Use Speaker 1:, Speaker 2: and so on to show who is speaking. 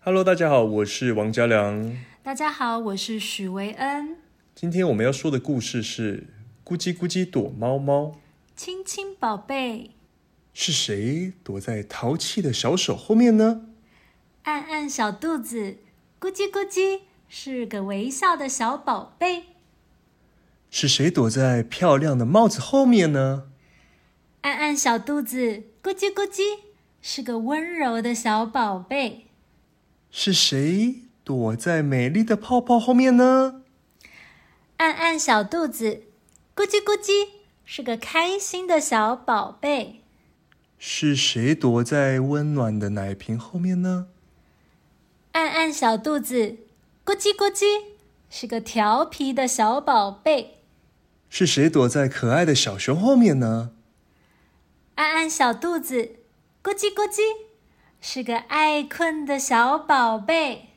Speaker 1: Hello，大家好，我是王家良。
Speaker 2: 大家好，我是许维恩。
Speaker 1: 今天我们要说的故事是《咕叽咕叽躲猫猫》。
Speaker 2: 亲亲宝贝，
Speaker 1: 是谁躲在淘气的小手后面呢？
Speaker 2: 按按小肚子，咕叽咕叽，是个微笑的小宝贝。
Speaker 1: 是谁躲在漂亮的帽子后面呢？
Speaker 2: 按按小肚子，咕叽咕叽，是个温柔的小宝贝。
Speaker 1: 是谁躲在美丽的泡泡后面呢？
Speaker 2: 按按小肚子，咕叽咕叽，是个开心的小宝贝。
Speaker 1: 是谁躲在温暖的奶瓶后面呢？
Speaker 2: 按按小肚子，咕叽咕叽，是个调皮的小宝贝。
Speaker 1: 是谁躲在可爱的小熊后面呢？
Speaker 2: 按按小肚子，咕叽咕叽，是个爱困的小宝贝。